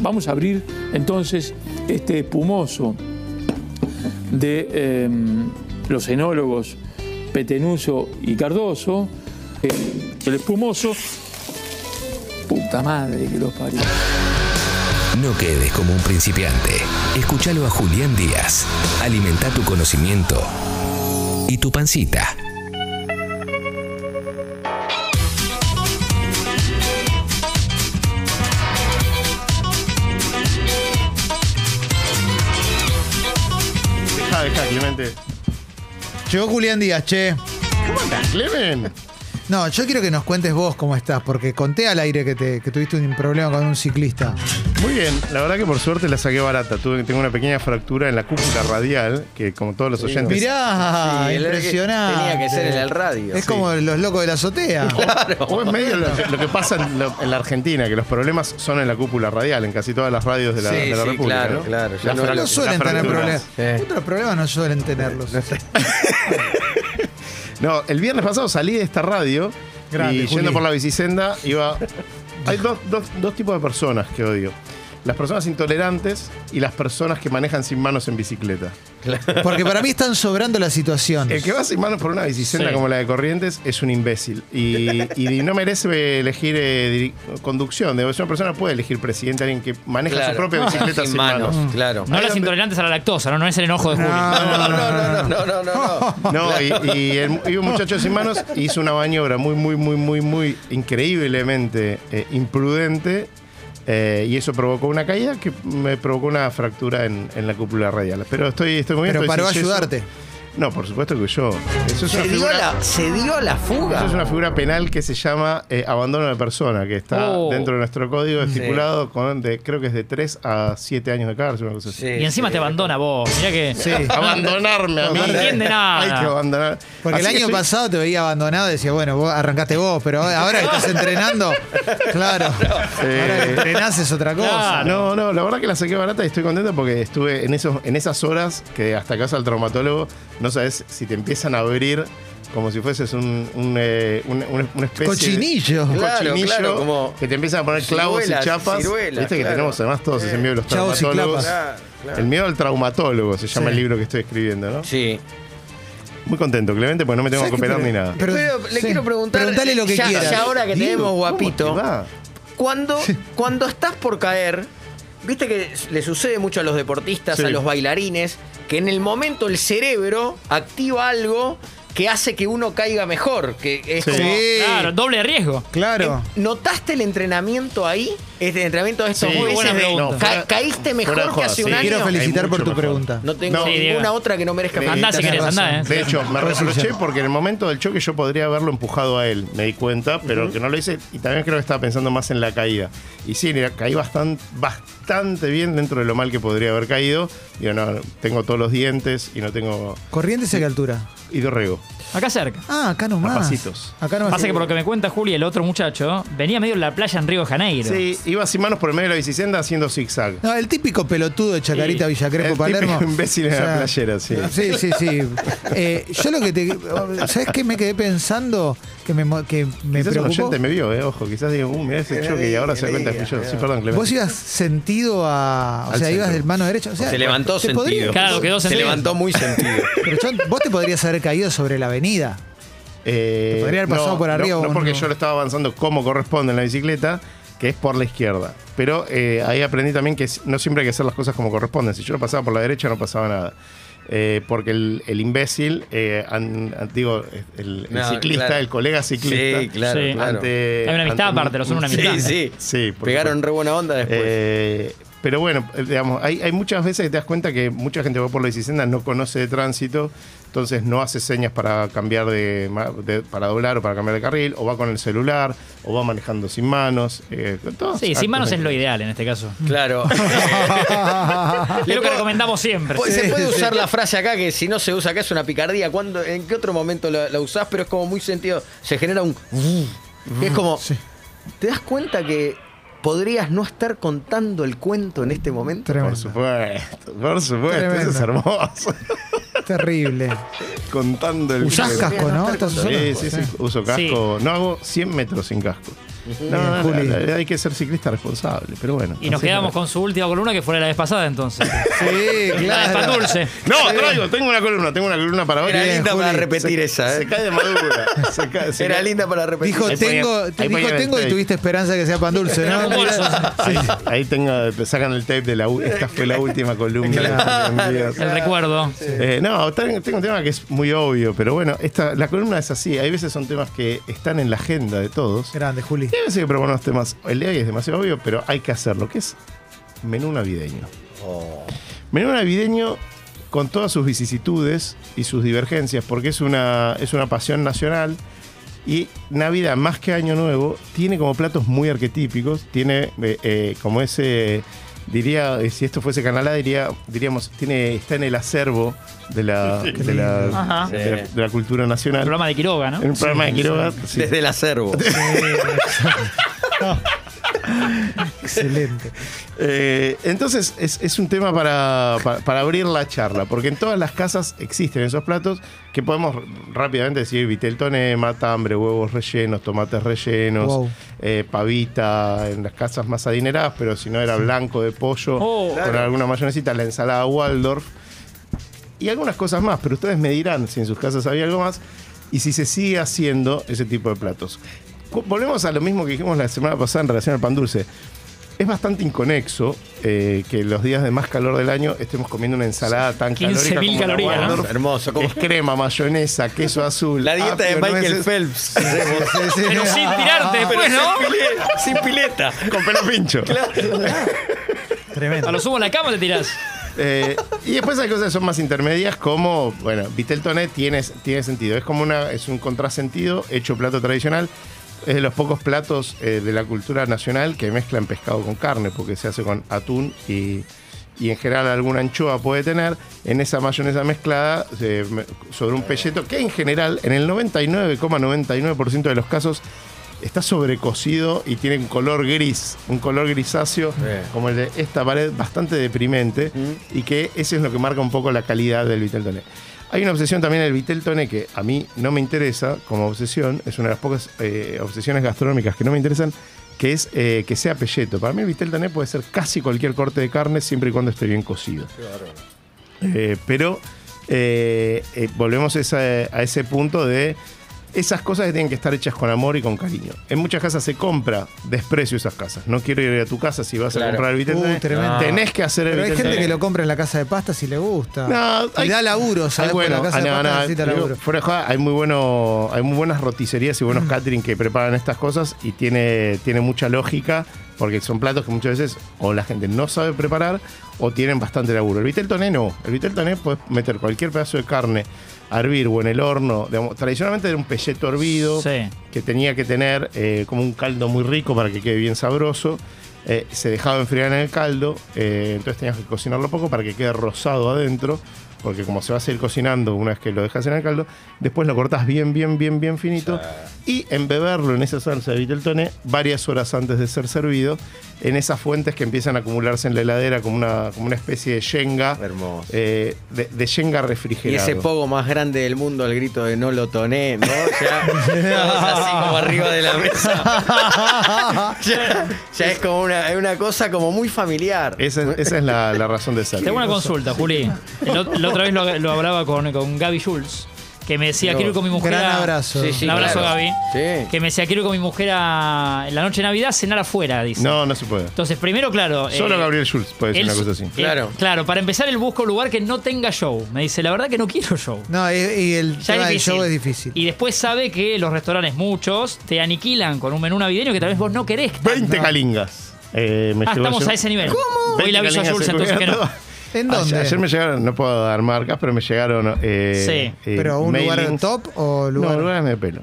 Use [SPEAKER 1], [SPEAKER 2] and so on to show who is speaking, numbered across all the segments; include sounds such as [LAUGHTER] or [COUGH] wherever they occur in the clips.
[SPEAKER 1] Vamos a abrir entonces este espumoso de eh, los enólogos Petenuso y Cardoso. Eh, El espumoso. Puta madre que los parió.
[SPEAKER 2] No quedes como un principiante. Escúchalo a Julián Díaz. Alimenta tu conocimiento y tu pancita.
[SPEAKER 3] Deja, deja, Clemente.
[SPEAKER 4] Llegó Julián Díaz, che.
[SPEAKER 3] ¿Cómo andás, Clemen?
[SPEAKER 4] No, yo quiero que nos cuentes vos cómo estás, porque conté al aire que, te, que tuviste un problema con un ciclista.
[SPEAKER 3] Muy bien, la verdad que por suerte la saqué barata. Tuve, tengo una pequeña fractura en la cúpula radial, que como todos los oyentes.
[SPEAKER 4] Mirá,
[SPEAKER 5] Sí, el-
[SPEAKER 4] impresionante.
[SPEAKER 5] Tenía que ser en el radio.
[SPEAKER 4] Es como los locos de la azotea.
[SPEAKER 3] O es medio lo, lo que pasa en, lo- en la Argentina, que los problemas son en la cúpula radial, en casi todas las radios de la,
[SPEAKER 5] Sí,
[SPEAKER 3] de la
[SPEAKER 5] sí,
[SPEAKER 3] República.
[SPEAKER 5] claro,
[SPEAKER 3] ¿no?
[SPEAKER 5] claro.
[SPEAKER 3] Las
[SPEAKER 5] Ya no-
[SPEAKER 3] fra-
[SPEAKER 4] No
[SPEAKER 5] no
[SPEAKER 3] las
[SPEAKER 4] suelen tener
[SPEAKER 3] fracturas.
[SPEAKER 4] problemas.
[SPEAKER 5] Eh.
[SPEAKER 4] Otros problemas no suelen tenerlos.
[SPEAKER 3] No, el viernes pasado salí de esta radio
[SPEAKER 4] Grande,
[SPEAKER 3] y yendo
[SPEAKER 4] Juli.
[SPEAKER 3] por la bicisenda
[SPEAKER 5] [LAUGHS]
[SPEAKER 3] iba. Hay dos, dos- dos tipos de personas que odio: las personas intolerantes y las personas que manejan sin manos en bicicleta.
[SPEAKER 4] Porque para mí están sobrando la situación.
[SPEAKER 3] El que va sin manos por una bicicenda como la de Corrientes es un imbécil. Y, y no merece elegir eh, diri- conducción. Debe ser una persona puede elegir presidente, alguien que maneja
[SPEAKER 5] Claro.
[SPEAKER 3] su propia bicicleta sin,
[SPEAKER 5] Sin
[SPEAKER 3] manos.
[SPEAKER 5] manos, Mm. claro.
[SPEAKER 6] No
[SPEAKER 3] Ahí
[SPEAKER 6] las
[SPEAKER 3] donde-
[SPEAKER 6] intolerantes a la lactosa, ¿no? No es el enojo de Juli.
[SPEAKER 5] No, no, no, no, no, no, [LAUGHS] no.
[SPEAKER 3] No, y, y el- y un muchacho sin manos hizo una maniobra muy, muy, muy, muy, muy increíblemente eh, imprudente. eh, y eso provocó una caída que me provocó una fractura en, en la cúpula radial. Pero estoy, estoy muy bien.
[SPEAKER 4] Pero
[SPEAKER 3] estoy
[SPEAKER 4] paró a
[SPEAKER 3] sin yeso.
[SPEAKER 4] ayudarte.
[SPEAKER 3] No, por supuesto que yo. Eso es
[SPEAKER 5] Se
[SPEAKER 3] una
[SPEAKER 5] dio,
[SPEAKER 3] figura-
[SPEAKER 5] la, se dio la
[SPEAKER 3] Eso
[SPEAKER 5] fuga.
[SPEAKER 3] es una figura penal que se llama eh, abandono de persona, que está
[SPEAKER 6] Oh.
[SPEAKER 3] dentro de nuestro código estipulado con, de- creo que es de 3 a 7 años de cárcel, una cosa así.
[SPEAKER 5] Sí,
[SPEAKER 6] Y encima
[SPEAKER 5] sí.
[SPEAKER 6] te abandona vos. Mirá que.
[SPEAKER 4] Sí.
[SPEAKER 3] Abandonarme a mí.
[SPEAKER 6] No entiende nada.
[SPEAKER 3] Hay que abandonar.
[SPEAKER 4] Porque
[SPEAKER 3] Así
[SPEAKER 4] el
[SPEAKER 3] que
[SPEAKER 4] año
[SPEAKER 3] soy-
[SPEAKER 4] pasado te veía abandonado y decía, bueno, vos arrancaste vos, pero ahora que estás entrenando, claro. Ahora que entrenás es otra cosa.
[SPEAKER 5] Ah,
[SPEAKER 6] Claro.
[SPEAKER 3] No, no, la verdad que la saqué barata y estoy contento porque estuve en, esos, en esas horas que hasta casa al traumatólogo, no sabes si te empiezan a abrir como si fueses un, un, eh, un- un- una especie. de-
[SPEAKER 4] Cochinillo.
[SPEAKER 3] un
[SPEAKER 5] Claro,
[SPEAKER 3] cochinillo
[SPEAKER 5] claro, como
[SPEAKER 3] que te empiezan a poner clavos
[SPEAKER 5] ciruelas,
[SPEAKER 3] y chapas.
[SPEAKER 5] ciruelas,
[SPEAKER 3] Viste que
[SPEAKER 5] claro.
[SPEAKER 3] tenemos además todos ese miedo de los
[SPEAKER 4] Chavos y
[SPEAKER 3] traumatólogos.
[SPEAKER 5] Claro, claro.
[SPEAKER 3] El miedo al traumatólogo se llama
[SPEAKER 4] Sí.
[SPEAKER 3] el libro que estoy escribiendo, ¿no?
[SPEAKER 5] Sí.
[SPEAKER 3] Muy contento, Clemente, porque no me tengo que
[SPEAKER 4] ¿Sabes qué?
[SPEAKER 3] operar ni nada.
[SPEAKER 4] Pero-
[SPEAKER 5] Pero le
[SPEAKER 4] sí.
[SPEAKER 5] quiero preguntar.
[SPEAKER 4] Preguntale lo que
[SPEAKER 5] ya,
[SPEAKER 4] quieras.
[SPEAKER 5] ya ahora que
[SPEAKER 3] Diego,
[SPEAKER 5] tenemos
[SPEAKER 3] ¿cómo
[SPEAKER 5] guapito.
[SPEAKER 3] te va?
[SPEAKER 5] Cuando, cuando estás por caer, viste que le sucede mucho a los deportistas,
[SPEAKER 3] Sí.
[SPEAKER 5] a los bailarines, que en el momento el cerebro activa algo que hace que uno caiga mejor. Que es
[SPEAKER 3] Sí.
[SPEAKER 5] como-
[SPEAKER 4] Sí,
[SPEAKER 6] Claro, doble riesgo.
[SPEAKER 4] claro.
[SPEAKER 5] ¿Notaste el entrenamiento ahí? Este entrenamiento de estos
[SPEAKER 3] Sí.
[SPEAKER 5] meses
[SPEAKER 6] Buena
[SPEAKER 5] de-
[SPEAKER 6] pregunta.
[SPEAKER 5] ca-
[SPEAKER 3] fuera-
[SPEAKER 5] ¿Caíste mejor
[SPEAKER 3] fuera de
[SPEAKER 5] que
[SPEAKER 3] joda,
[SPEAKER 5] hace
[SPEAKER 3] sí.
[SPEAKER 5] un año?
[SPEAKER 4] Quiero
[SPEAKER 3] Hay
[SPEAKER 4] felicitar
[SPEAKER 3] mucho
[SPEAKER 4] por tu
[SPEAKER 3] mejor.
[SPEAKER 4] pregunta.
[SPEAKER 5] No tengo
[SPEAKER 3] No.
[SPEAKER 5] ninguna
[SPEAKER 6] Sí,
[SPEAKER 5] otra que no merezca
[SPEAKER 3] Andá
[SPEAKER 6] Andá
[SPEAKER 5] felicitar.
[SPEAKER 6] si
[SPEAKER 4] tenés
[SPEAKER 6] querés, andá, eh.
[SPEAKER 4] razón.
[SPEAKER 3] De hecho, me
[SPEAKER 4] Resolución.
[SPEAKER 3] reproché porque en el momento del choque yo podría haberlo empujado a él. Me di cuenta, pero que no lo hice. Y también creo que estaba pensando más en la caída. Y sí, mira, caí bastante, bastante bien dentro de lo mal que podría haber caído. Digo, no, tengo todos los dientes y no tengo.
[SPEAKER 4] Corrientes a qué altura.
[SPEAKER 3] Y Dorrego.
[SPEAKER 6] Acá cerca.
[SPEAKER 4] Ah, acá nomás.
[SPEAKER 3] A pasitos.
[SPEAKER 4] Acá nomás.
[SPEAKER 6] Pasa que por lo que me cuenta Juli, el otro muchacho, venía medio de la playa en Río de Janeiro.
[SPEAKER 3] Sí, iba sin manos por el medio de la bicicenda haciendo zigzag.
[SPEAKER 4] No, el típico pelotudo de Chacarita
[SPEAKER 6] Sí.
[SPEAKER 4] Villacrespo
[SPEAKER 3] El
[SPEAKER 4] Palermo.
[SPEAKER 3] típico imbécil en la playera, sí.
[SPEAKER 4] Sí, sí, sí. Eh, yo lo que te. ¿Sabes qué me quedé pensando? Que me, mo- que me
[SPEAKER 3] quizás un
[SPEAKER 4] preocupó.
[SPEAKER 3] oyente me vio, eh, ojo. Quizás digo, uh, mirá ese choque y ahora se da cuenta que yo. Sí, perdón, Clemente.
[SPEAKER 4] Vos ibas sentido a. O
[SPEAKER 3] Al
[SPEAKER 4] sea, ibas
[SPEAKER 3] centro.
[SPEAKER 4] del mano derecha. O sea,
[SPEAKER 5] Se levantó
[SPEAKER 4] te podría-
[SPEAKER 5] sentido.
[SPEAKER 6] Claro, quedó
[SPEAKER 5] Se
[SPEAKER 6] sentido.
[SPEAKER 5] levantó muy sentido.
[SPEAKER 4] pero yo- vos te podrías haber caído sobre
[SPEAKER 3] [LAUGHS]
[SPEAKER 4] la avenida.
[SPEAKER 3] Eh,
[SPEAKER 4] Te podría haber pasado
[SPEAKER 3] no,
[SPEAKER 4] por arriba
[SPEAKER 3] No,
[SPEAKER 4] o
[SPEAKER 3] no porque
[SPEAKER 4] no.
[SPEAKER 3] yo lo estaba avanzando como corresponde en la bicicleta, que es por la izquierda. Pero eh, ahí aprendí también que no siempre hay que hacer las cosas como corresponden. Si yo lo pasaba por la derecha no pasaba nada. Eh, porque el, el imbécil, eh, an- an- digo, el, el
[SPEAKER 5] No,
[SPEAKER 3] ciclista,
[SPEAKER 5] claro.
[SPEAKER 3] el colega ciclista.
[SPEAKER 5] Sí, claro,
[SPEAKER 6] Sí.
[SPEAKER 5] claro.
[SPEAKER 3] ante-
[SPEAKER 6] Hay una amistad
[SPEAKER 3] ante-
[SPEAKER 6] aparte, lo son una
[SPEAKER 5] Sí,
[SPEAKER 6] amistad.
[SPEAKER 5] sí.
[SPEAKER 3] Sí, por
[SPEAKER 5] Pegaron
[SPEAKER 3] supuesto.
[SPEAKER 5] re buena onda después.
[SPEAKER 3] Eh, pero bueno, eh, digamos, hay, hay muchas veces que te das cuenta que mucha gente va por la bicicenda, no conoce de tránsito, entonces no hace señas para cambiar de, ma- de- para doblar o para cambiar de carril, o va con el celular, o va manejando sin manos. eh, todos
[SPEAKER 6] Sí,
[SPEAKER 3] actos
[SPEAKER 6] sin manos
[SPEAKER 3] de-
[SPEAKER 6] es lo ideal en este caso.
[SPEAKER 3] [LAUGHS]
[SPEAKER 5] claro. Eh,
[SPEAKER 6] Es lo que
[SPEAKER 5] puedo-
[SPEAKER 6] recomendamos siempre.
[SPEAKER 5] Pues, se puede usar la frase acá que si no se usa acá es una picardía. ¿Cuándo, ¿En qué otro momento la, la usás? Pero es como muy sentido. Se genera un.
[SPEAKER 3] Mm.
[SPEAKER 5] que es como. ¿Te das cuenta que podrías no estar contando el cuento en este momento?
[SPEAKER 3] Por
[SPEAKER 4] Tremendo.
[SPEAKER 3] supuesto, por supuesto,
[SPEAKER 4] Tremendo.
[SPEAKER 3] eso es hermoso. [LAUGHS]
[SPEAKER 4] Terrible.
[SPEAKER 3] Contando el
[SPEAKER 4] Usás
[SPEAKER 3] cuento.
[SPEAKER 4] casco, ¿no? Estás usando-
[SPEAKER 3] Sí, sí, sí, uso casco. No hago 100 metros sin casco. No,
[SPEAKER 4] Bien,
[SPEAKER 3] no, no,
[SPEAKER 4] Juli.
[SPEAKER 3] no, hay que ser ciclista responsable, pero bueno.
[SPEAKER 6] Y nos
[SPEAKER 3] Así
[SPEAKER 6] quedamos
[SPEAKER 3] que-
[SPEAKER 6] con su última columna que fue la vez pasada entonces.
[SPEAKER 4] Sí,
[SPEAKER 6] La de pan
[SPEAKER 4] claro.
[SPEAKER 6] dulce.
[SPEAKER 3] No, traigo, tengo una columna, tengo una columna para hoy. Eh,
[SPEAKER 5] Era linda
[SPEAKER 4] Juli.
[SPEAKER 5] para repetir esa,
[SPEAKER 3] Se
[SPEAKER 5] ¿eh?
[SPEAKER 3] cae de madura. se cae- se
[SPEAKER 5] Era
[SPEAKER 3] cae-
[SPEAKER 5] linda para
[SPEAKER 4] Pues
[SPEAKER 5] repetir.
[SPEAKER 4] Dijo
[SPEAKER 3] Ahí ponía-
[SPEAKER 4] tengo,
[SPEAKER 3] ahí
[SPEAKER 4] te- dijo
[SPEAKER 3] ponía el
[SPEAKER 4] tengo y
[SPEAKER 3] steak.
[SPEAKER 4] tuviste esperanza que sea pan dulce, ¿no?
[SPEAKER 6] Como bolso.
[SPEAKER 3] Ahí, ahí tengo, sacan el tape de la u- esta fue la última columna. [LAUGHS] Dios mío.
[SPEAKER 6] El
[SPEAKER 5] [LAUGHS]
[SPEAKER 6] recuerdo.
[SPEAKER 3] Eh, no, ten- tengo un tema que es muy obvio, pero bueno, esta, la columna es así. Hay veces son temas que están en la agenda de todos.
[SPEAKER 4] Grande, Juli.
[SPEAKER 3] Y hay veces que proponemos temas. El de hoy es demasiado obvio, pero hay que hacerlo, que es menú navideño. Menú navideño con todas sus vicisitudes y sus divergencias, porque es una, es una pasión nacional. Y Navidad, más que Año Nuevo, tiene como platos muy arquetípicos, tiene eh, eh, como ese, diría, eh, si esto fuese Canalá, diría, diríamos, tiene, está en el acervo de la, de la,
[SPEAKER 6] Ajá.
[SPEAKER 3] de la- de la cultura
[SPEAKER 6] El
[SPEAKER 3] nacional.
[SPEAKER 6] programa de Quiroga, ¿no?
[SPEAKER 3] En un programa de Quiroga, sí.
[SPEAKER 5] Desde el acervo.
[SPEAKER 4] Excelente.
[SPEAKER 3] Eh, entonces es, es un tema para, para- para abrir la charla, porque en todas las casas existen esos platos que podemos rápidamente decir vitel toné, matambre, huevos rellenos, tomates rellenos,
[SPEAKER 4] Wow.
[SPEAKER 3] eh, pavita en las casas más adineradas, pero si no era blanco de pollo
[SPEAKER 6] Oh.
[SPEAKER 3] con alguna mayonesita, la ensalada Waldorf y algunas cosas más, pero ustedes me dirán si en sus casas había algo más y si se sigue haciendo ese tipo de platos. Co- Volvemos a lo mismo que dijimos la semana pasada en relación al pan dulce. Es bastante inconexo eh, que los días de más calor del año estemos comiendo una ensalada tan
[SPEAKER 6] 15.000
[SPEAKER 3] calórica como
[SPEAKER 6] calorías,
[SPEAKER 3] la
[SPEAKER 6] ¿no?
[SPEAKER 3] Waldorf.
[SPEAKER 5] Hermoso, como-
[SPEAKER 3] Es crema, mayonesa, queso azul.
[SPEAKER 5] La dieta de
[SPEAKER 3] apio,
[SPEAKER 5] Michael
[SPEAKER 3] nueces,
[SPEAKER 5] Phelps.
[SPEAKER 6] Pero sin
[SPEAKER 4] [LAUGHS]
[SPEAKER 6] tirarte después, ¿no?
[SPEAKER 5] Sin pileta.
[SPEAKER 3] [LAUGHS] Con pelo pincho.
[SPEAKER 6] A
[SPEAKER 4] Ah, Tremendo.
[SPEAKER 6] lo sumo en la cama te tirás.
[SPEAKER 3] Eh, y después hay cosas que son más intermedias, como, bueno, Vitel Toné tiene, tiene sentido. Es como una, es un contrasentido hecho plato tradicional. Es de los pocos platos eh, de la cultura nacional que mezclan pescado con carne, porque se hace con atún y, y en general alguna anchoa puede tener. En esa mayonesa mezclada eh, me- sobre un pelleto, que en general, en el 99,99% de los casos, está sobrecocido y tiene un color gris, un color grisáceo como el de esta pared, bastante deprimente y que ese es lo que marca un poco la calidad del Vitel Toné. Hay una obsesión también del Vitel Toné que a mí no me interesa como obsesión, es una de las pocas eh, obsesiones gastronómicas que no me interesan, que es eh, que sea pelleto. Para mí el Vitel Toné puede ser casi cualquier corte de carne siempre y cuando esté bien cocido. Eh, pero eh, eh, volvemos a esa- a ese punto de esas cosas que tienen que estar hechas con amor y con cariño. En muchas casas se compra, desprecio esas casas. No quiero ir a tu casa si vas a comprar el Vitel
[SPEAKER 4] Uh,
[SPEAKER 3] Toné.
[SPEAKER 4] tremendo.
[SPEAKER 3] Tenés que hacer el
[SPEAKER 4] Pero hay
[SPEAKER 3] Vitel
[SPEAKER 4] gente
[SPEAKER 3] Toné.
[SPEAKER 4] que lo compra en la casa de pasta si le gusta.
[SPEAKER 3] eh. No,
[SPEAKER 4] y
[SPEAKER 3] hay-
[SPEAKER 4] da laburo, ¿sabes?
[SPEAKER 3] Hay bueno,
[SPEAKER 4] la casa de
[SPEAKER 3] ah, no,
[SPEAKER 4] pasta
[SPEAKER 3] no,
[SPEAKER 4] necesita
[SPEAKER 3] digo, [LAUGHS]
[SPEAKER 4] laburo. Mm.
[SPEAKER 3] fuera de joda, hay muy bueno, hay muy buenas roticerías y buenos catering que preparan estas cosas y tiene, tiene mucha lógica porque son platos que muchas veces o la gente no sabe preparar o tienen bastante laburo. El vitel toné no, el vitel toné puedes meter cualquier pedazo de carne a hervir o en el horno. Digamos, tradicionalmente era un pelleto hervido
[SPEAKER 6] Sí.
[SPEAKER 3] que tenía que tener eh, como un caldo muy rico para que quede bien sabroso. Eh, se dejaba enfriar en el caldo, eh, entonces tenías que cocinarlo poco para que quede rosado adentro, porque como se va a seguir cocinando una vez que lo dejas en el caldo, después lo cortás bien, bien, bien, bien finito y embeberlo en esa salsa de vitel toné varias horas antes de ser servido, en esas fuentes que empiezan a acumularse en la heladera como una, como una especie de yenga,
[SPEAKER 5] Hermoso.
[SPEAKER 3] eh, de, de yenga
[SPEAKER 5] Y
[SPEAKER 3] refrigerado.
[SPEAKER 5] ese pogo más grande del mundo al grito de no lo toné, ¿no?
[SPEAKER 3] [LAUGHS]
[SPEAKER 5] O sea, todos así como arriba de la mesa. [LAUGHS] ya, ya es como una, es una cosa como muy familiar.
[SPEAKER 6] Eh,
[SPEAKER 3] esa, es- esa es la, la razón de ser.
[SPEAKER 6] Tengo una consulta, Juli. Lo- La otra vez lo, lo hablaba con, con Gaby Schulz, que me decía,
[SPEAKER 5] Yo,
[SPEAKER 6] quiero ir con mi mujer.
[SPEAKER 4] Gran
[SPEAKER 6] a-
[SPEAKER 4] abrazo.
[SPEAKER 5] Sí, sí.
[SPEAKER 6] Un abrazo
[SPEAKER 5] claro.
[SPEAKER 6] a Gaby.
[SPEAKER 5] Sí.
[SPEAKER 6] Que me decía, quiero ir con mi mujer a, en la noche de Navidad a cenar afuera, dice.
[SPEAKER 3] No, no se puede.
[SPEAKER 6] Entonces, primero, claro.
[SPEAKER 3] Solo
[SPEAKER 6] eh,
[SPEAKER 3] Gabriel Schultz puede decir
[SPEAKER 6] él-
[SPEAKER 3] una cosa así.
[SPEAKER 6] eh,
[SPEAKER 5] Claro.
[SPEAKER 6] Claro, para empezar, él busca un lugar que no tenga show. Me dice, la verdad que no quiero show.
[SPEAKER 4] No, y, y el
[SPEAKER 6] Ya
[SPEAKER 4] tema del
[SPEAKER 6] es difícil.
[SPEAKER 4] show es difícil.
[SPEAKER 6] Y después sabe que los restaurantes, muchos, te aniquilan con un menú navideño que tal vez vos no querés.
[SPEAKER 3] 20 calingas. Eh, me
[SPEAKER 6] Ah,
[SPEAKER 3] llegó
[SPEAKER 6] estamos
[SPEAKER 3] ayer-
[SPEAKER 6] a ese nivel. ¿Cómo?
[SPEAKER 3] 20
[SPEAKER 6] Hoy la aviso a
[SPEAKER 3] calingas
[SPEAKER 6] Jules,
[SPEAKER 3] en
[SPEAKER 6] entonces que no.
[SPEAKER 3] cubierto.
[SPEAKER 4] ¿En
[SPEAKER 3] Ayer-
[SPEAKER 4] dónde?
[SPEAKER 3] Ayer, me llegaron, no puedo dar marcas, pero me llegaron. Eh,
[SPEAKER 6] Sí.
[SPEAKER 3] eh,
[SPEAKER 4] ¿Pero un lugar
[SPEAKER 3] mailings.
[SPEAKER 4] top o lugar?
[SPEAKER 3] No, lugares medio pelo.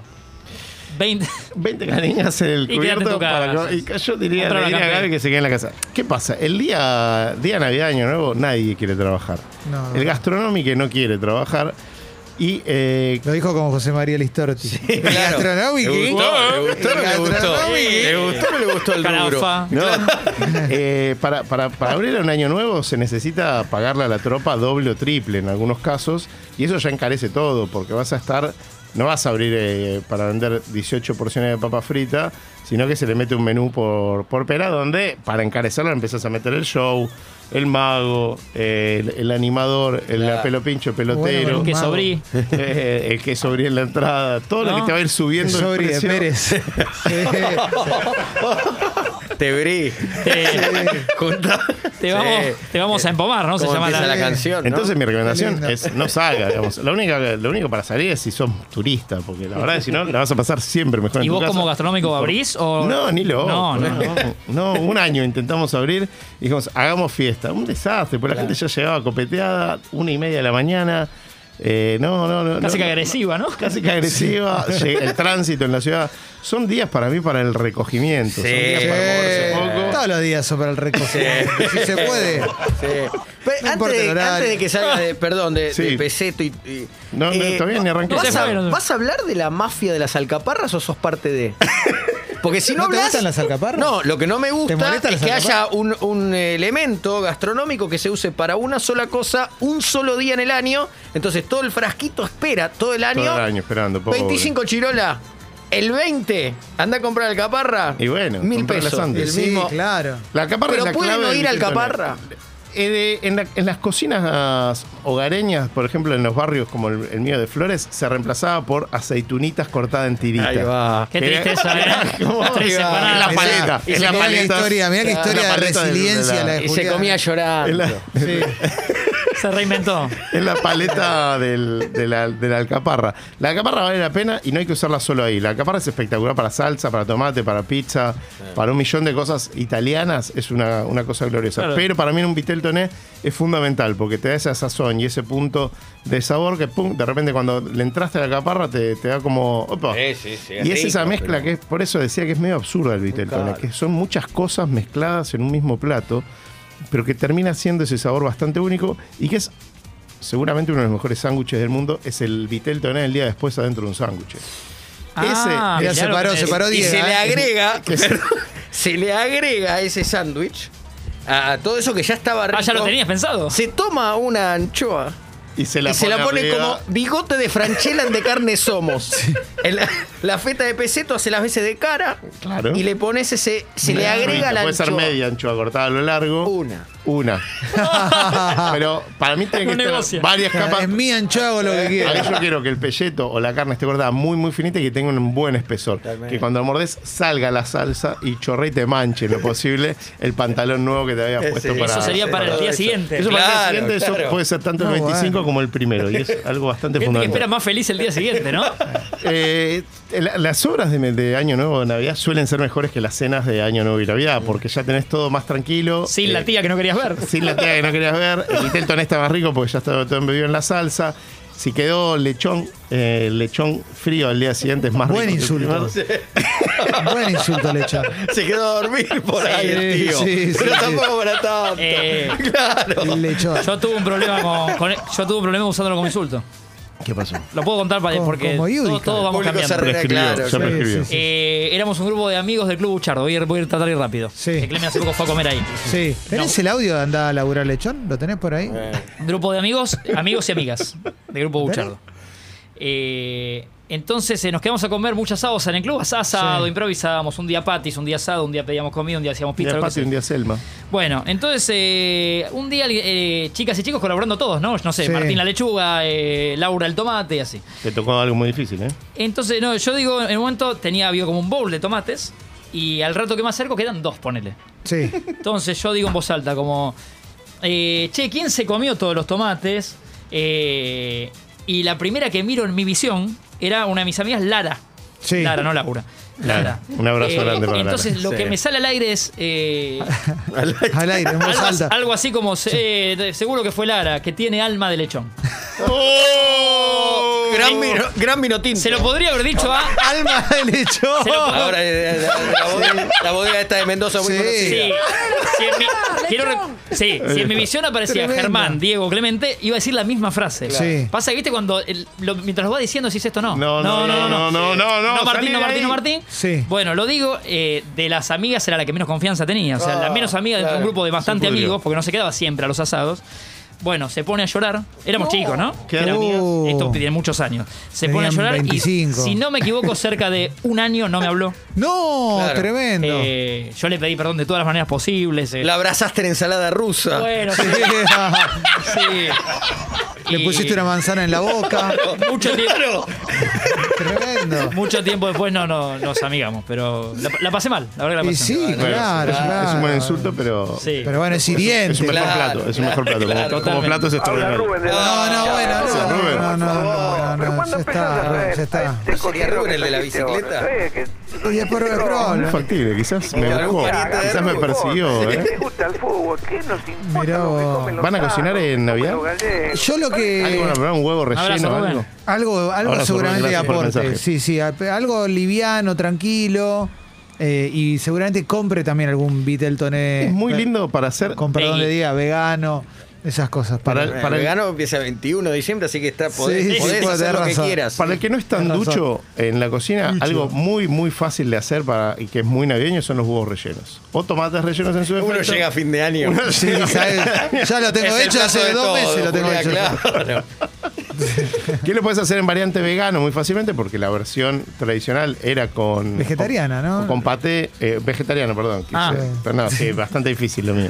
[SPEAKER 6] 20.
[SPEAKER 3] 20 calingas en el
[SPEAKER 6] Y quédate en
[SPEAKER 3] cubierto.
[SPEAKER 6] tu casa.
[SPEAKER 3] para que- y que yo diría, le
[SPEAKER 6] Otra hora
[SPEAKER 3] diría a
[SPEAKER 6] campeón.
[SPEAKER 3] Gaby que se quede en la casa. ¿Qué pasa? El día, día Navidad, Año Nuevo, nadie quiere trabajar.
[SPEAKER 4] No.
[SPEAKER 3] El gastronómico no quiere trabajar. Y eh,
[SPEAKER 4] Lo dijo como José María Listorti. [LAUGHS] el
[SPEAKER 5] claro.
[SPEAKER 4] gastronómico.
[SPEAKER 5] Le gustó, le gustó, le gustó. Le gustó o le gustó el rubro.
[SPEAKER 6] Carafa.
[SPEAKER 3] No. [LAUGHS] Eh, para, para- para abrir un año nuevo se necesita pagarle a la tropa doble o triple en algunos casos. Y eso ya encarece todo, porque vas a estar. No vas a abrir eh, para vender 18 porciones de papa frita, sino que se le mete un menú por, por pera donde para encarecerlo empezás a meter el show, el mago, eh, el, el animador, el
[SPEAKER 5] Claro.
[SPEAKER 3] pelo pincho,
[SPEAKER 4] Bueno,
[SPEAKER 3] pelotero,
[SPEAKER 4] bueno,
[SPEAKER 6] Que
[SPEAKER 4] Mago.
[SPEAKER 6] sobrí.
[SPEAKER 3] [LAUGHS] eh, el que sobrí en la entrada, todo lo
[SPEAKER 6] No.
[SPEAKER 3] que te va a ir subiendo el
[SPEAKER 4] Sobre de
[SPEAKER 3] precio. [LAUGHS]
[SPEAKER 4] Pérez. Sí.
[SPEAKER 5] Te
[SPEAKER 6] [LAUGHS]
[SPEAKER 5] brí.
[SPEAKER 6] Te,
[SPEAKER 5] Junta-
[SPEAKER 6] te vamos,
[SPEAKER 5] Sí.
[SPEAKER 6] te vamos a empomar, ¿no? Se
[SPEAKER 5] Como
[SPEAKER 6] llama
[SPEAKER 5] empieza
[SPEAKER 6] la,
[SPEAKER 5] la canción. ¿no?
[SPEAKER 3] Entonces mi recomendación
[SPEAKER 4] lindo.
[SPEAKER 3] es no salga, digamos. Lo único, lo único para salir es si sos turista, porque la verdad es si no, la vas a pasar siempre mejor en
[SPEAKER 6] ¿Y
[SPEAKER 3] tu
[SPEAKER 6] vos
[SPEAKER 3] casa.
[SPEAKER 6] como gastronómico abrís o...?
[SPEAKER 3] No, ni lo.
[SPEAKER 6] No, no, no.
[SPEAKER 3] [LAUGHS] No, un año intentamos abrir y dijimos, hagamos fiesta. Un desastre, porque la gente ya llegaba copeteada, una y media de la mañana. Eh, no, no, no.
[SPEAKER 6] Casi
[SPEAKER 3] no,
[SPEAKER 6] que agresiva, ¿no?
[SPEAKER 3] Casi que agresiva, llega el tránsito en la ciudad. Son días para mí para el recogimiento. Son
[SPEAKER 5] Sí.
[SPEAKER 3] días para moverse un poco.
[SPEAKER 4] Todos los días sobre el recogimiento. Si se puede.
[SPEAKER 5] Sí. Pero
[SPEAKER 4] No importa
[SPEAKER 5] antes,
[SPEAKER 4] el
[SPEAKER 5] de,
[SPEAKER 4] horario.
[SPEAKER 5] antes de que salgas de, perdón, de,
[SPEAKER 3] Sí.
[SPEAKER 5] de Peseto y. y- eh,
[SPEAKER 3] No, no, todavía ni arranqué.
[SPEAKER 5] ¿vas, a,
[SPEAKER 6] Bueno.
[SPEAKER 5] vas a hablar de la mafia de las alcaparras o sos parte de.? Porque si no,
[SPEAKER 4] ¿No te
[SPEAKER 5] hablas-
[SPEAKER 4] gustan las alcaparras?
[SPEAKER 5] No, lo que no me gusta
[SPEAKER 4] molestan
[SPEAKER 5] es
[SPEAKER 4] las
[SPEAKER 5] que haya
[SPEAKER 4] alcaparras?
[SPEAKER 5] un, un elemento gastronómico que se use para una sola cosa, un solo día en el año. Entonces todo el frasquito espera todo el año.
[SPEAKER 3] Todo el año esperando, pobre.
[SPEAKER 5] 25 chirola. El 20, anda a comprar alcaparra.
[SPEAKER 3] Y bueno,
[SPEAKER 5] mil
[SPEAKER 3] comprarlas
[SPEAKER 5] pesos.
[SPEAKER 3] antes.
[SPEAKER 5] El
[SPEAKER 4] Sí,
[SPEAKER 5] mismo-
[SPEAKER 4] claro.
[SPEAKER 3] La caparra es
[SPEAKER 5] Pero
[SPEAKER 3] la
[SPEAKER 5] puede
[SPEAKER 3] clave
[SPEAKER 5] no
[SPEAKER 3] del
[SPEAKER 5] ir al
[SPEAKER 3] Quinto
[SPEAKER 5] caparra.
[SPEAKER 3] Norte. Eh, de- en, la- en las cocinas hogareñas, por ejemplo, en los barrios como el, el mío de Flores, se reemplazaba por aceitunitas cortadas en tiritas.
[SPEAKER 5] Ahí va.
[SPEAKER 6] Qué
[SPEAKER 3] Que-
[SPEAKER 6] tristeza, ¿eh?
[SPEAKER 3] ¿Cómo?
[SPEAKER 6] Tres
[SPEAKER 3] Ahí va.
[SPEAKER 6] empanadas.
[SPEAKER 3] Es la paleta.
[SPEAKER 5] Y
[SPEAKER 3] es
[SPEAKER 5] se
[SPEAKER 3] la
[SPEAKER 5] queda
[SPEAKER 4] Mirá la
[SPEAKER 3] paleta.
[SPEAKER 4] historia, mirá la
[SPEAKER 3] Es la
[SPEAKER 4] historia de
[SPEAKER 3] paleta del- de
[SPEAKER 4] resiliencia
[SPEAKER 3] la-
[SPEAKER 4] la de
[SPEAKER 5] Y se
[SPEAKER 4] Julián.
[SPEAKER 5] comía
[SPEAKER 3] Es
[SPEAKER 5] llorando.
[SPEAKER 3] la,
[SPEAKER 6] Se reinventó.
[SPEAKER 3] [LAUGHS] es la paleta del- de, la, de la alcaparra. La alcaparra vale la pena y no hay que usarla solo ahí. La alcaparra es espectacular para salsa, para tomate, para pizza, para un millón de cosas italianas. Es una, una cosa gloriosa.
[SPEAKER 6] Claro.
[SPEAKER 3] Pero para mí en un vitel toné es fundamental porque te da esa sazón y ese punto de sabor que pum, de repente cuando le entraste a la alcaparra te, te da como... opa.
[SPEAKER 5] Sí, sí, sí,
[SPEAKER 3] y es
[SPEAKER 5] rico,
[SPEAKER 3] esa mezcla
[SPEAKER 5] pero-
[SPEAKER 3] que es, por eso decía que es medio absurda el vitel toné, que son muchas cosas mezcladas en un mismo plato pero que termina siendo ese sabor bastante único y que es seguramente uno de los mejores sándwiches del mundo, es el vitel toné el día después adentro de un sándwich.
[SPEAKER 6] [LAUGHS] Ah,
[SPEAKER 3] Ese-
[SPEAKER 4] Mirá,
[SPEAKER 6] mirá
[SPEAKER 4] se
[SPEAKER 6] lo
[SPEAKER 4] paró,
[SPEAKER 6] que-
[SPEAKER 4] se paró
[SPEAKER 5] Y
[SPEAKER 4] Diego.
[SPEAKER 5] se le
[SPEAKER 4] ¿eh?
[SPEAKER 5] agrega, [LAUGHS] se le agrega a ese sándwich, a, a todo eso que ya estaba rico.
[SPEAKER 6] Ah, ya lo tenías pensado.
[SPEAKER 5] Se toma una anchoa
[SPEAKER 3] Y se la
[SPEAKER 5] y se
[SPEAKER 3] pone,
[SPEAKER 5] la pone
[SPEAKER 3] arriba.
[SPEAKER 5] como bigote de franchela de carne [LAUGHS] somos. En la, la feta de peseto hace las veces de cara
[SPEAKER 3] Claro.
[SPEAKER 5] y le pones ese, se le
[SPEAKER 3] Una
[SPEAKER 5] agrega
[SPEAKER 3] ramita,
[SPEAKER 5] la
[SPEAKER 3] Puede ser
[SPEAKER 5] anchoa.
[SPEAKER 3] media anchoa cortada a lo largo.
[SPEAKER 5] Una.
[SPEAKER 3] Una.
[SPEAKER 5] [LAUGHS]
[SPEAKER 3] pero para mí tiene
[SPEAKER 6] No
[SPEAKER 3] que
[SPEAKER 6] negocia.
[SPEAKER 3] estar varias capas.
[SPEAKER 4] Es mi ancho, hago lo que
[SPEAKER 3] Ahí
[SPEAKER 4] quiera.
[SPEAKER 3] yo quiero que el pelleto o la carne esté cortada muy, muy finita y que tenga un buen espesor. Que cuando lo mordés salga la salsa y chorre y te manche lo posible el pantalón nuevo que te habías puesto para.
[SPEAKER 6] Eso sería para el día siguiente.
[SPEAKER 3] Eso para el día
[SPEAKER 5] Claro,
[SPEAKER 3] siguiente, eso
[SPEAKER 5] claro.
[SPEAKER 3] puede ser tanto
[SPEAKER 4] No,
[SPEAKER 3] el 25
[SPEAKER 4] bueno.
[SPEAKER 3] como el primero. Y es algo bastante
[SPEAKER 6] Gente que espera
[SPEAKER 3] fundamental.
[SPEAKER 6] más feliz el día siguiente, ¿no?
[SPEAKER 3] Eh, la- las obras de, de Año Nuevo o Navidad suelen ser mejores que las cenas de Año Nuevo y Navidad, porque ya tenés todo más tranquilo.
[SPEAKER 6] Sin la
[SPEAKER 3] Eh,
[SPEAKER 6] tía que no querías ver.
[SPEAKER 3] sin la tía que no querías ver. El vitel toné está más rico porque ya estaba todo embebido en la salsa. Si quedó lechón, eh, lechón frío al día siguiente es más
[SPEAKER 4] Buen
[SPEAKER 3] rico. que el
[SPEAKER 4] insulto.
[SPEAKER 3] primero.
[SPEAKER 4] Buen insulto le echaron.
[SPEAKER 5] Se quedó a [LAUGHS] dormir por ahí el
[SPEAKER 4] sí,
[SPEAKER 5] tío.
[SPEAKER 4] sí,
[SPEAKER 5] Pero
[SPEAKER 4] sí.
[SPEAKER 5] tampoco para tanto.
[SPEAKER 6] Eh,
[SPEAKER 4] El lechón.
[SPEAKER 6] yo tuve un problema con, con- e, Yo tuve un problema usándolo como insulto.
[SPEAKER 3] ¿Qué pasó?
[SPEAKER 6] Lo puedo contar para,
[SPEAKER 4] Como-
[SPEAKER 6] porque
[SPEAKER 4] como Yudica.
[SPEAKER 6] todos, todos vamos
[SPEAKER 5] Público se
[SPEAKER 6] cambiando.
[SPEAKER 5] re-
[SPEAKER 3] Prescribió,
[SPEAKER 5] Claro,
[SPEAKER 3] ya
[SPEAKER 5] sí,
[SPEAKER 3] prescribió.
[SPEAKER 4] sí,
[SPEAKER 6] Eh, éramos un grupo de amigos del Club Buchardo. Voy a ir, voy a ir a tratar de ir rápido.
[SPEAKER 4] Sí.
[SPEAKER 6] Que Clemen hace poco fue a comer ahí.
[SPEAKER 4] Sí. ¿Tenés el audio de andar a laburar lechón? ¿Lo tenés por ahí?
[SPEAKER 6] Un grupo de amigos, amigos y amigas del grupo Buchardo. Eh, entonces eh, nos quedamos a comer muchas asados en el club, asado,
[SPEAKER 4] Sí.
[SPEAKER 6] improvisábamos, un día patis, un día asado, un día pedíamos comida, un día hacíamos
[SPEAKER 3] Un
[SPEAKER 6] pizza.
[SPEAKER 3] día
[SPEAKER 6] lo que
[SPEAKER 3] patio,
[SPEAKER 6] sea.
[SPEAKER 3] un día selma.
[SPEAKER 6] Bueno, entonces eh, un día eh, chicas y chicos colaborando todos, ¿no? No sé,
[SPEAKER 4] Sí.
[SPEAKER 6] Martín la lechuga, eh, Laura el tomate y así.
[SPEAKER 3] Te tocó algo muy difícil, ¿eh?
[SPEAKER 6] Entonces, no, yo digo, en un momento tenía, había como un bowl de tomates y al rato que me acerco quedan dos, ponele.
[SPEAKER 4] Sí.
[SPEAKER 6] Entonces yo digo en voz alta como, eh, che, ¿quién se comió todos los tomates? Eh, y la primera que miro en mi visión era una de mis amigas, Lara.
[SPEAKER 4] Sí.
[SPEAKER 6] Lara, no Laura. Eh,
[SPEAKER 3] Lara. Un abrazo grande para Lara.
[SPEAKER 6] Entonces lo
[SPEAKER 5] Sí.
[SPEAKER 6] que
[SPEAKER 3] [LAUGHS]
[SPEAKER 6] me sale al aire es... eh,
[SPEAKER 4] Al aire, en voz
[SPEAKER 6] algo, as-
[SPEAKER 4] alta.
[SPEAKER 6] algo así como, eh, de- seguro que fue Lara, que tiene alma de lechón. ¡Oh!
[SPEAKER 5] Gran vino, gran vino tinto.
[SPEAKER 6] Se lo podría haber dicho a...
[SPEAKER 4] Alma de lechón.
[SPEAKER 5] [LAUGHS]
[SPEAKER 6] Se lo po-
[SPEAKER 5] Ahora eh, la, la- la bodega, la bodega esta de Mendoza muy
[SPEAKER 4] Sí.
[SPEAKER 5] conocida.
[SPEAKER 6] Sí. Si en mi, quiero re- sí, si en mi visión aparecía
[SPEAKER 4] Tremendo.
[SPEAKER 6] Germán, Diego, Clemente, iba a decir la misma frase.
[SPEAKER 4] Sí.
[SPEAKER 6] Pasa que, viste, cuando el- lo- mientras lo va diciendo, decís esto no.
[SPEAKER 3] No, no, no, no, no, no, no,
[SPEAKER 6] No, Martín,
[SPEAKER 3] salí
[SPEAKER 6] no,
[SPEAKER 3] de
[SPEAKER 6] Martín,
[SPEAKER 3] ahí.
[SPEAKER 6] no, Martín.
[SPEAKER 4] Sí.
[SPEAKER 6] Bueno, lo digo, eh, de las amigas era la que menos confianza tenía. O sea,
[SPEAKER 5] Ah,
[SPEAKER 6] la menos amiga de
[SPEAKER 5] claro.
[SPEAKER 6] un grupo de bastante
[SPEAKER 3] pudrió.
[SPEAKER 6] amigos, porque no se quedaba siempre a los asados. Bueno, se pone a llorar. Éramos chicos, ¿no?
[SPEAKER 3] ¿Qué Uh.
[SPEAKER 6] Era-
[SPEAKER 3] edad tenías?
[SPEAKER 6] Esto tiene muchos años. Se pone a
[SPEAKER 4] Tenían
[SPEAKER 6] llorar
[SPEAKER 4] 25.
[SPEAKER 6] y, si no me equivoco, cerca de un año no me habló.
[SPEAKER 4] No,
[SPEAKER 5] Claro.
[SPEAKER 4] tremendo.
[SPEAKER 6] Eh, yo le pedí perdón de todas las maneras posibles. eh.
[SPEAKER 5] La abrazaste en ensalada rusa.
[SPEAKER 6] Bueno, [LAUGHS] sí. sí.
[SPEAKER 4] Le
[SPEAKER 6] Y
[SPEAKER 4] pusiste una manzana en la boca.
[SPEAKER 6] Mucho tiempo.
[SPEAKER 4] Tremendo.
[SPEAKER 6] Mucho tiempo después no, no nos amigamos, pero la, la pasé mal, la verdad que la
[SPEAKER 4] Y
[SPEAKER 6] pasé
[SPEAKER 4] sí,
[SPEAKER 6] mal.
[SPEAKER 3] Bueno,
[SPEAKER 4] claro,
[SPEAKER 3] es, un-
[SPEAKER 4] claro.
[SPEAKER 3] es un buen insulto, pero.
[SPEAKER 6] Sí.
[SPEAKER 4] Pero bueno, es
[SPEAKER 3] Es un
[SPEAKER 4] hiriente.
[SPEAKER 3] mejor
[SPEAKER 5] Claro,
[SPEAKER 3] plato, es un mejor
[SPEAKER 5] claro,
[SPEAKER 3] plato. Como-
[SPEAKER 5] claro.
[SPEAKER 3] como, plato es extraordinario.
[SPEAKER 4] No,
[SPEAKER 3] Ah,
[SPEAKER 5] Ah,
[SPEAKER 4] no, bueno, no,
[SPEAKER 3] Gracias, Rubén.
[SPEAKER 4] no, no, no, no,
[SPEAKER 7] Pero
[SPEAKER 4] Ah, no,
[SPEAKER 7] cuando
[SPEAKER 4] ya está, Rubén, ya está.
[SPEAKER 5] Sería Rubén el de la bicicleta.
[SPEAKER 4] Y es por- es
[SPEAKER 3] Muy
[SPEAKER 4] probable.
[SPEAKER 3] factible, eh, quizás me
[SPEAKER 5] Algún
[SPEAKER 3] buscó,
[SPEAKER 5] pariente de
[SPEAKER 3] quizás me
[SPEAKER 5] Rubén.
[SPEAKER 3] persiguió. ¿eh?
[SPEAKER 7] ¿Te gusta el fútbol? ¿Qué nos importa
[SPEAKER 4] Mirá
[SPEAKER 7] lo que
[SPEAKER 4] vos.
[SPEAKER 7] comen los
[SPEAKER 3] ¿Van a cocinar
[SPEAKER 7] tacos,
[SPEAKER 3] en Navidad?
[SPEAKER 7] los gallegos?
[SPEAKER 4] Yo lo
[SPEAKER 3] ¿Algo van a
[SPEAKER 4] que.
[SPEAKER 3] probar? ¿Un huevo
[SPEAKER 6] Abrazo,
[SPEAKER 3] relleno?
[SPEAKER 6] Rubén.
[SPEAKER 3] algo?
[SPEAKER 4] Algo, algo
[SPEAKER 3] Ahora,
[SPEAKER 4] seguramente
[SPEAKER 3] gracias por el
[SPEAKER 4] aporte.
[SPEAKER 3] mensaje.
[SPEAKER 4] Sí, sí, a- algo liviano, tranquilo. eh, y seguramente compre también algún Beatletoné.
[SPEAKER 3] Es muy lindo para hacer.
[SPEAKER 4] Con perdón de
[SPEAKER 6] Sí.
[SPEAKER 4] día, vegano, esas cosas.
[SPEAKER 3] Para
[SPEAKER 4] Pero-
[SPEAKER 3] el-
[SPEAKER 5] Para el vegano empieza el 21 de diciembre, así que está, podés,
[SPEAKER 4] Sí, sí,
[SPEAKER 5] podés
[SPEAKER 4] puede
[SPEAKER 5] hacer
[SPEAKER 4] tener
[SPEAKER 5] lo que
[SPEAKER 4] razón.
[SPEAKER 5] quieras.
[SPEAKER 3] Para el que no es tan
[SPEAKER 4] Tenés razón.
[SPEAKER 3] ducho en la cocina, algo muy, muy fácil de hacer para, y que es muy navideño son los huevos rellenos. O tomates rellenos en su defecto.
[SPEAKER 5] Uno llega a fin de año.
[SPEAKER 3] Uno
[SPEAKER 4] Sí,
[SPEAKER 5] [LAUGHS]
[SPEAKER 3] llega-
[SPEAKER 4] ¿sabes? ya lo tengo
[SPEAKER 5] Es el
[SPEAKER 4] hecho
[SPEAKER 5] plato
[SPEAKER 4] hace
[SPEAKER 5] de
[SPEAKER 4] dos
[SPEAKER 5] todo,
[SPEAKER 4] meses. Lo tengo
[SPEAKER 5] Julián,
[SPEAKER 4] hecho.
[SPEAKER 5] claro.
[SPEAKER 3] que lo puedes hacer en variante vegano muy fácilmente porque la versión tradicional era con.
[SPEAKER 4] Vegetariana, ¿no?
[SPEAKER 3] o Con paté. eh, vegetariano, perdón. quise-
[SPEAKER 6] Ah.
[SPEAKER 3] pero no, sí, bastante difícil lo mío.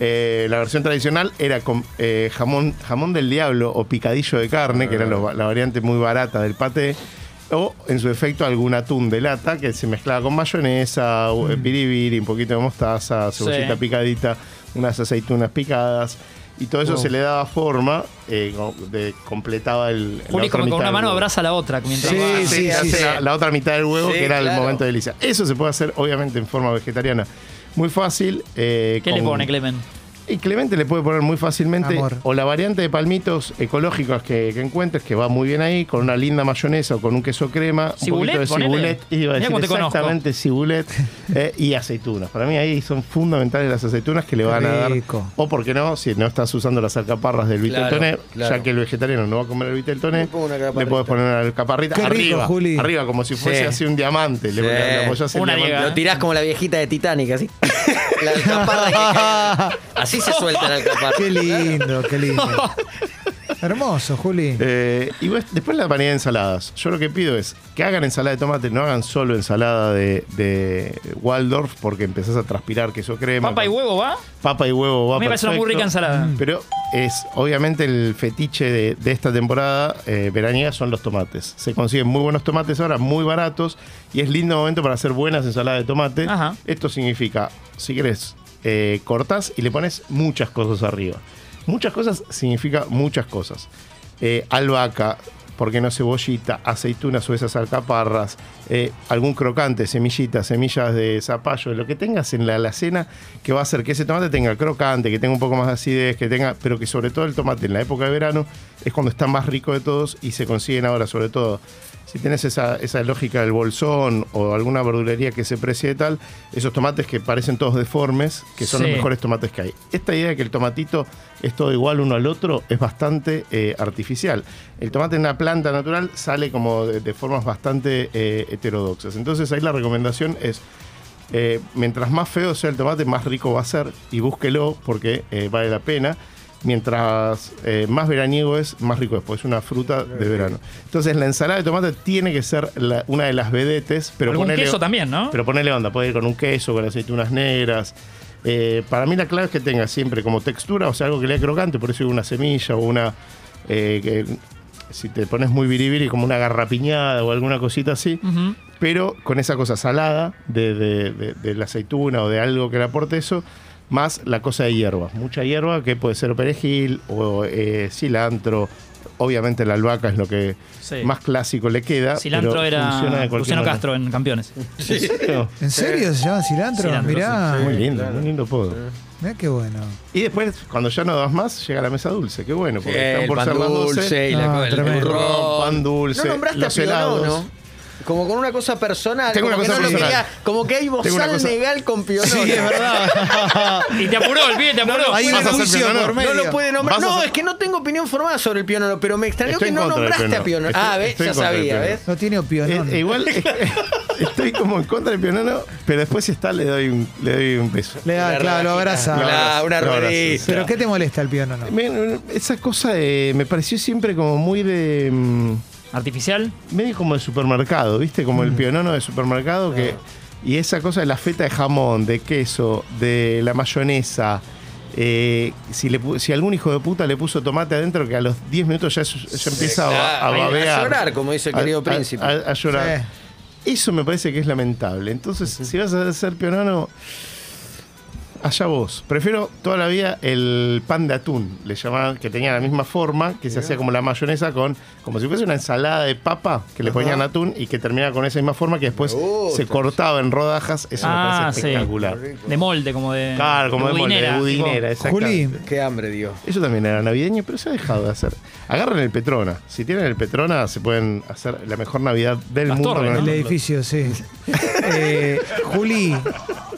[SPEAKER 3] Eh, la versión tradicional era con eh, jamón, jamón del diablo o picadillo de carne, que era lo- la variante muy barata del paté. O, en su defecto, algún atún de lata que se mezclaba con mayonesa, o,
[SPEAKER 4] Mm.
[SPEAKER 3] eh, biribiri, un poquito de mostaza, cebollita
[SPEAKER 6] Sí.
[SPEAKER 3] picadita, unas aceitunas picadas. Y todo
[SPEAKER 6] Oh.
[SPEAKER 3] eso se le daba forma, eh, co- de- completaba el. la
[SPEAKER 6] Juli,
[SPEAKER 3] otra
[SPEAKER 6] como con
[SPEAKER 3] mitad
[SPEAKER 6] una
[SPEAKER 3] del
[SPEAKER 6] mano
[SPEAKER 3] huevo.
[SPEAKER 6] abraza a la otra mientras
[SPEAKER 4] Sí,
[SPEAKER 6] va.
[SPEAKER 3] Hace-
[SPEAKER 4] sí,
[SPEAKER 3] hace
[SPEAKER 4] sí.
[SPEAKER 3] La, la otra mitad del huevo,
[SPEAKER 5] Sí,
[SPEAKER 3] que era el
[SPEAKER 5] claro.
[SPEAKER 3] momento delicia. Eso se puede hacer, obviamente, en forma vegetariana. Muy fácil. eh,
[SPEAKER 6] ¿Qué le
[SPEAKER 3] con-
[SPEAKER 6] pone Clemen?
[SPEAKER 3] Y Clemente le puede poner muy fácilmente.
[SPEAKER 4] Amor.
[SPEAKER 3] O la variante de palmitos ecológicos que, que encuentres, que va muy bien ahí, con una linda mayonesa o con un queso crema,
[SPEAKER 6] Cibulet,
[SPEAKER 3] un poquito de
[SPEAKER 6] ponele.
[SPEAKER 3] cibulet. Iba a
[SPEAKER 6] Mirá
[SPEAKER 3] decir
[SPEAKER 6] cómo te conozco.
[SPEAKER 3] exactamente
[SPEAKER 6] [LAUGHS]
[SPEAKER 3] cibulet eh, y aceitunas. Para mí ahí son fundamentales las aceitunas que le van a dar.
[SPEAKER 4] rico.
[SPEAKER 3] O, ¿por qué no? Si no estás usando las alcaparras del
[SPEAKER 5] Claro,
[SPEAKER 3] viteltoné,
[SPEAKER 5] claro.
[SPEAKER 3] ya que el vegetariano no va a comer el viteltoné,
[SPEAKER 5] Le pongo una
[SPEAKER 3] le
[SPEAKER 5] alcaparrita.
[SPEAKER 3] puedes poner una alcaparrita
[SPEAKER 4] Qué rico,
[SPEAKER 3] arriba.
[SPEAKER 4] Juli.
[SPEAKER 3] Arriba, como si fuese
[SPEAKER 5] Sí.
[SPEAKER 3] así un diamante. Le,
[SPEAKER 5] Sí.
[SPEAKER 3] le- le apoyás el
[SPEAKER 6] Una
[SPEAKER 3] diamante.
[SPEAKER 6] liga.
[SPEAKER 5] Lo tirás como la viejita de Titanic, así.
[SPEAKER 3] [LAUGHS]
[SPEAKER 5] La alcaparra que cae. Así se suelta la alcaparra.
[SPEAKER 4] [LAUGHS] Qué lindo, qué lindo. Hermoso, Juli.
[SPEAKER 3] Eh, y ves- después la variedad de ensaladas. Yo lo que pido es que hagan ensalada de tomate, no hagan solo ensalada de, de Waldorf porque empezás a transpirar queso crema.
[SPEAKER 6] ¿Papa y huevo va?
[SPEAKER 3] Papa y huevo va
[SPEAKER 6] A mí me parece una muy
[SPEAKER 3] perfecto.
[SPEAKER 6] rica ensalada.
[SPEAKER 3] Pero es obviamente el fetiche de, de esta temporada eh, veraniega son los tomates. Se consiguen muy buenos tomates ahora, muy baratos, y es lindo momento para hacer buenas ensaladas de tomate.
[SPEAKER 6] Ajá.
[SPEAKER 3] Esto significa, si querés, eh, cortás y le pones muchas cosas arriba. Muchas cosas significa muchas cosas. Eh, albahaca, porque no cebollita, aceitunas o esas alcaparras, eh, algún crocante, semillitas, semillas de zapallo, lo que tengas en la alacena que va a hacer que ese tomate tenga crocante, que tenga un poco más de acidez, que tenga, pero que sobre todo el tomate en la época de verano es cuando está más rico de todos y se consiguen ahora sobre todo. Si tenés esa, esa lógica del bolsón o alguna verdulería que se precie de tal, esos tomates que parecen todos deformes, que son
[SPEAKER 6] Sí.
[SPEAKER 3] los mejores tomates que hay. Esta idea de que el tomatito es todo igual uno al otro es bastante eh, artificial. El tomate en una planta natural sale como de, de formas bastante eh, heterodoxas. Entonces ahí la recomendación es, eh, mientras más feo sea el tomate, más rico va a ser y búsquelo porque eh, vale la pena. Mientras eh, más veraniego es, más rico es, porque es una fruta de verano. Entonces la ensalada de tomate tiene que ser la- una de las vedetes, pero
[SPEAKER 6] Algún
[SPEAKER 3] ponele-
[SPEAKER 6] queso también, ¿no?
[SPEAKER 3] pero ponele onda, puede ir con un queso, con aceitunas negras. Eh, para mí la clave es que tenga siempre como textura, o sea, algo que le dé crocante, por eso digo una semilla o una... eh, que- si te pones muy biribiri, como una garrapiñada o alguna cosita así,
[SPEAKER 6] Ujú.
[SPEAKER 3] pero con esa cosa salada de, de- de- de la aceituna o de algo que le aporte eso, más la cosa de hierba. Mucha hierba que puede ser perejil o eh, cilantro. Obviamente la albahaca es lo que
[SPEAKER 6] Sí.
[SPEAKER 3] más clásico le queda.
[SPEAKER 6] Cilantro
[SPEAKER 3] pero
[SPEAKER 6] era
[SPEAKER 3] funciona de cualquier
[SPEAKER 6] Luciano
[SPEAKER 3] manera. [LAUGHS]
[SPEAKER 6] Castro en Campeones.
[SPEAKER 3] ¿En serio?
[SPEAKER 4] ¿En serio se llama cilantro?
[SPEAKER 6] Cilantro,
[SPEAKER 4] mirá,
[SPEAKER 5] Eh,
[SPEAKER 3] Muy lindo, muy lindo podo.
[SPEAKER 4] mirá qué bueno.
[SPEAKER 3] Y después, cuando ya no das más, llega la mesa dulce. Qué bueno, porque
[SPEAKER 5] Eh, El
[SPEAKER 3] están por
[SPEAKER 5] pan
[SPEAKER 3] ser las 12.
[SPEAKER 5] dulce y la
[SPEAKER 4] Ah,
[SPEAKER 5] co- el
[SPEAKER 4] tremendo.
[SPEAKER 3] El
[SPEAKER 5] turrón.
[SPEAKER 3] ron, pan dulce,
[SPEAKER 5] No nombraste a
[SPEAKER 3] los
[SPEAKER 5] Pionono.
[SPEAKER 3] helados.
[SPEAKER 5] Como con una cosa personal.
[SPEAKER 3] Tengo
[SPEAKER 5] como
[SPEAKER 3] una
[SPEAKER 5] que
[SPEAKER 3] cosa
[SPEAKER 5] no lo
[SPEAKER 3] personal.
[SPEAKER 5] quería- como que hay
[SPEAKER 3] Tengo una
[SPEAKER 5] bozal
[SPEAKER 3] cosa-
[SPEAKER 5] negal con pionero.
[SPEAKER 4] Sí, es verdad.
[SPEAKER 3] Ah.
[SPEAKER 6] Y te apuró, el pibe te apuró.
[SPEAKER 4] Hay un
[SPEAKER 3] Vas a hacer
[SPEAKER 4] juicio
[SPEAKER 3] Fernando.
[SPEAKER 4] por medio.
[SPEAKER 5] No lo puede nombrar.
[SPEAKER 3] Vas a
[SPEAKER 5] No,
[SPEAKER 3] hacer-
[SPEAKER 5] es que no tengo opinión formada sobre el pionero, pero me extrañó
[SPEAKER 3] Estoy
[SPEAKER 5] que
[SPEAKER 3] en
[SPEAKER 5] no
[SPEAKER 3] contra del
[SPEAKER 5] nombraste a
[SPEAKER 3] pionero.
[SPEAKER 5] pionero. Ah,
[SPEAKER 3] Estoy-
[SPEAKER 5] ves,
[SPEAKER 3] estoy
[SPEAKER 5] ya
[SPEAKER 3] en contra del
[SPEAKER 5] sabía,
[SPEAKER 3] pionero.
[SPEAKER 5] ¿ves?
[SPEAKER 4] No tiene
[SPEAKER 3] Eh,
[SPEAKER 4] opinión.
[SPEAKER 3] eh, igual eh, estoy como en contra del pionero, pero después si está le doy un, le doy un beso.
[SPEAKER 4] Le da, claro, lo abraza.
[SPEAKER 3] Lo
[SPEAKER 5] Ah,
[SPEAKER 3] abrazo,
[SPEAKER 5] una
[SPEAKER 3] lo abrazo,
[SPEAKER 5] ruedita.
[SPEAKER 3] sí.
[SPEAKER 4] ¿Pero qué te molesta el piano? No?
[SPEAKER 3] Me- me- Esa cosa de- me pareció siempre como muy de... mm,
[SPEAKER 6] Artificial.
[SPEAKER 3] medio como de supermercado, ¿viste? Como el
[SPEAKER 5] Mm.
[SPEAKER 3] pionono de supermercado que. Y esa cosa de la feta de jamón, de queso, de la mayonesa. eh, si, le, pu- si algún hijo de puta le puso tomate adentro, que a los 10 minutos ya, es- ya empieza a, a
[SPEAKER 5] claro. A
[SPEAKER 3] babear.
[SPEAKER 5] llorar, como dice el querido príncipe.
[SPEAKER 3] A, a llorar. Eso me parece que es lamentable. Entonces, si vas a ser pionono, allá vos. Prefiero toda la vida el pan de atún, le llamaban, que tenía la misma forma, que se hacía como la mayonesa con, como si fuese una ensalada de papa, que le ponían atún y que terminaba con esa misma forma, que después
[SPEAKER 5] gusta.
[SPEAKER 3] se cortaba en rodajas. Eso me
[SPEAKER 6] Ah,
[SPEAKER 3] parece
[SPEAKER 6] sí.
[SPEAKER 3] espectacular.
[SPEAKER 6] De molde, como de.
[SPEAKER 3] Claro, como de molde, de
[SPEAKER 6] budinera.
[SPEAKER 3] budinera,
[SPEAKER 4] Juli,
[SPEAKER 3] exactamente.
[SPEAKER 5] Qué hambre, Dios.
[SPEAKER 3] Eso también era navideño, pero se ha dejado de hacer. Agarren el Petrona. Si tienen el Petrona, se pueden hacer la mejor Navidad del
[SPEAKER 6] Las
[SPEAKER 3] mundo.
[SPEAKER 6] torres,
[SPEAKER 3] con
[SPEAKER 6] ¿no?
[SPEAKER 4] el
[SPEAKER 3] el-
[SPEAKER 4] edificio, sí. Eh, Juli,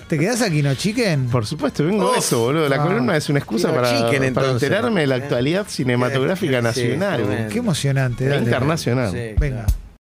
[SPEAKER 4] ¿te quedás aquí no chiquen?
[SPEAKER 3] Por supuesto, vengo de eso, boludo. La
[SPEAKER 4] Ah.
[SPEAKER 3] columna es una excusa
[SPEAKER 5] Quiero
[SPEAKER 3] para,
[SPEAKER 5] chicken,
[SPEAKER 3] para
[SPEAKER 5] entonces.
[SPEAKER 3] enterarme de la actualidad cinematográfica
[SPEAKER 5] Sí,
[SPEAKER 3] nacional.
[SPEAKER 5] tremendo.
[SPEAKER 4] Qué emocionante.
[SPEAKER 3] E
[SPEAKER 4] dale.
[SPEAKER 3] internacional.
[SPEAKER 5] Sí,
[SPEAKER 4] Venga.
[SPEAKER 5] claro.